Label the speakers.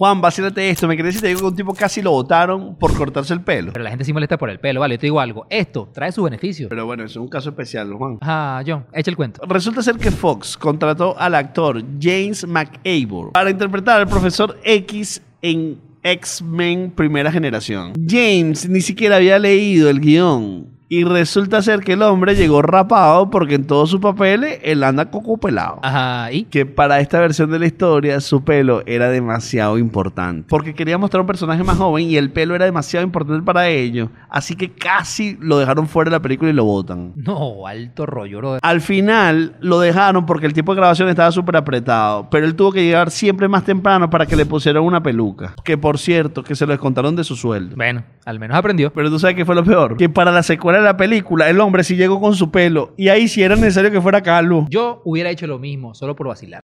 Speaker 1: Juan, vacílate esto. Me querés decir que un tipo casi lo votaron por cortarse el pelo.
Speaker 2: Pero la gente sí molesta por el pelo, vale. Yo te digo algo. Esto trae sus beneficios.
Speaker 1: Pero bueno, eso es un caso especial, Juan.
Speaker 2: Ah, John, echa el cuento.
Speaker 1: Resulta ser que Fox contrató al actor James McAvoy para interpretar al profesor X en X-Men Primera Generación. James ni siquiera había leído el guión. Y resulta ser que el hombre llegó rapado porque en todos sus papeles él anda coco pelado.
Speaker 2: Ajá, ¿y?
Speaker 1: Que para esta versión de la historia su pelo era demasiado importante. Porque quería mostrar un personaje más joven y el pelo era demasiado importante para ellos. Así que casi lo dejaron fuera de la película y lo botan.
Speaker 2: No, alto rollo, bro.
Speaker 1: Al final lo dejaron porque el tiempo de grabación estaba súper apretado. Pero él tuvo que llegar siempre más temprano para que le pusieran una peluca. Que por cierto, que se lo descontaron de su sueldo.
Speaker 2: Bueno, al menos aprendió.
Speaker 1: Pero tú sabes que fue lo peor. Que para la secuela de la película, el hombre sí llegó con su pelo. Y ahí sí era necesario que fuera calvo.
Speaker 2: Yo hubiera hecho lo mismo, solo por vacilar.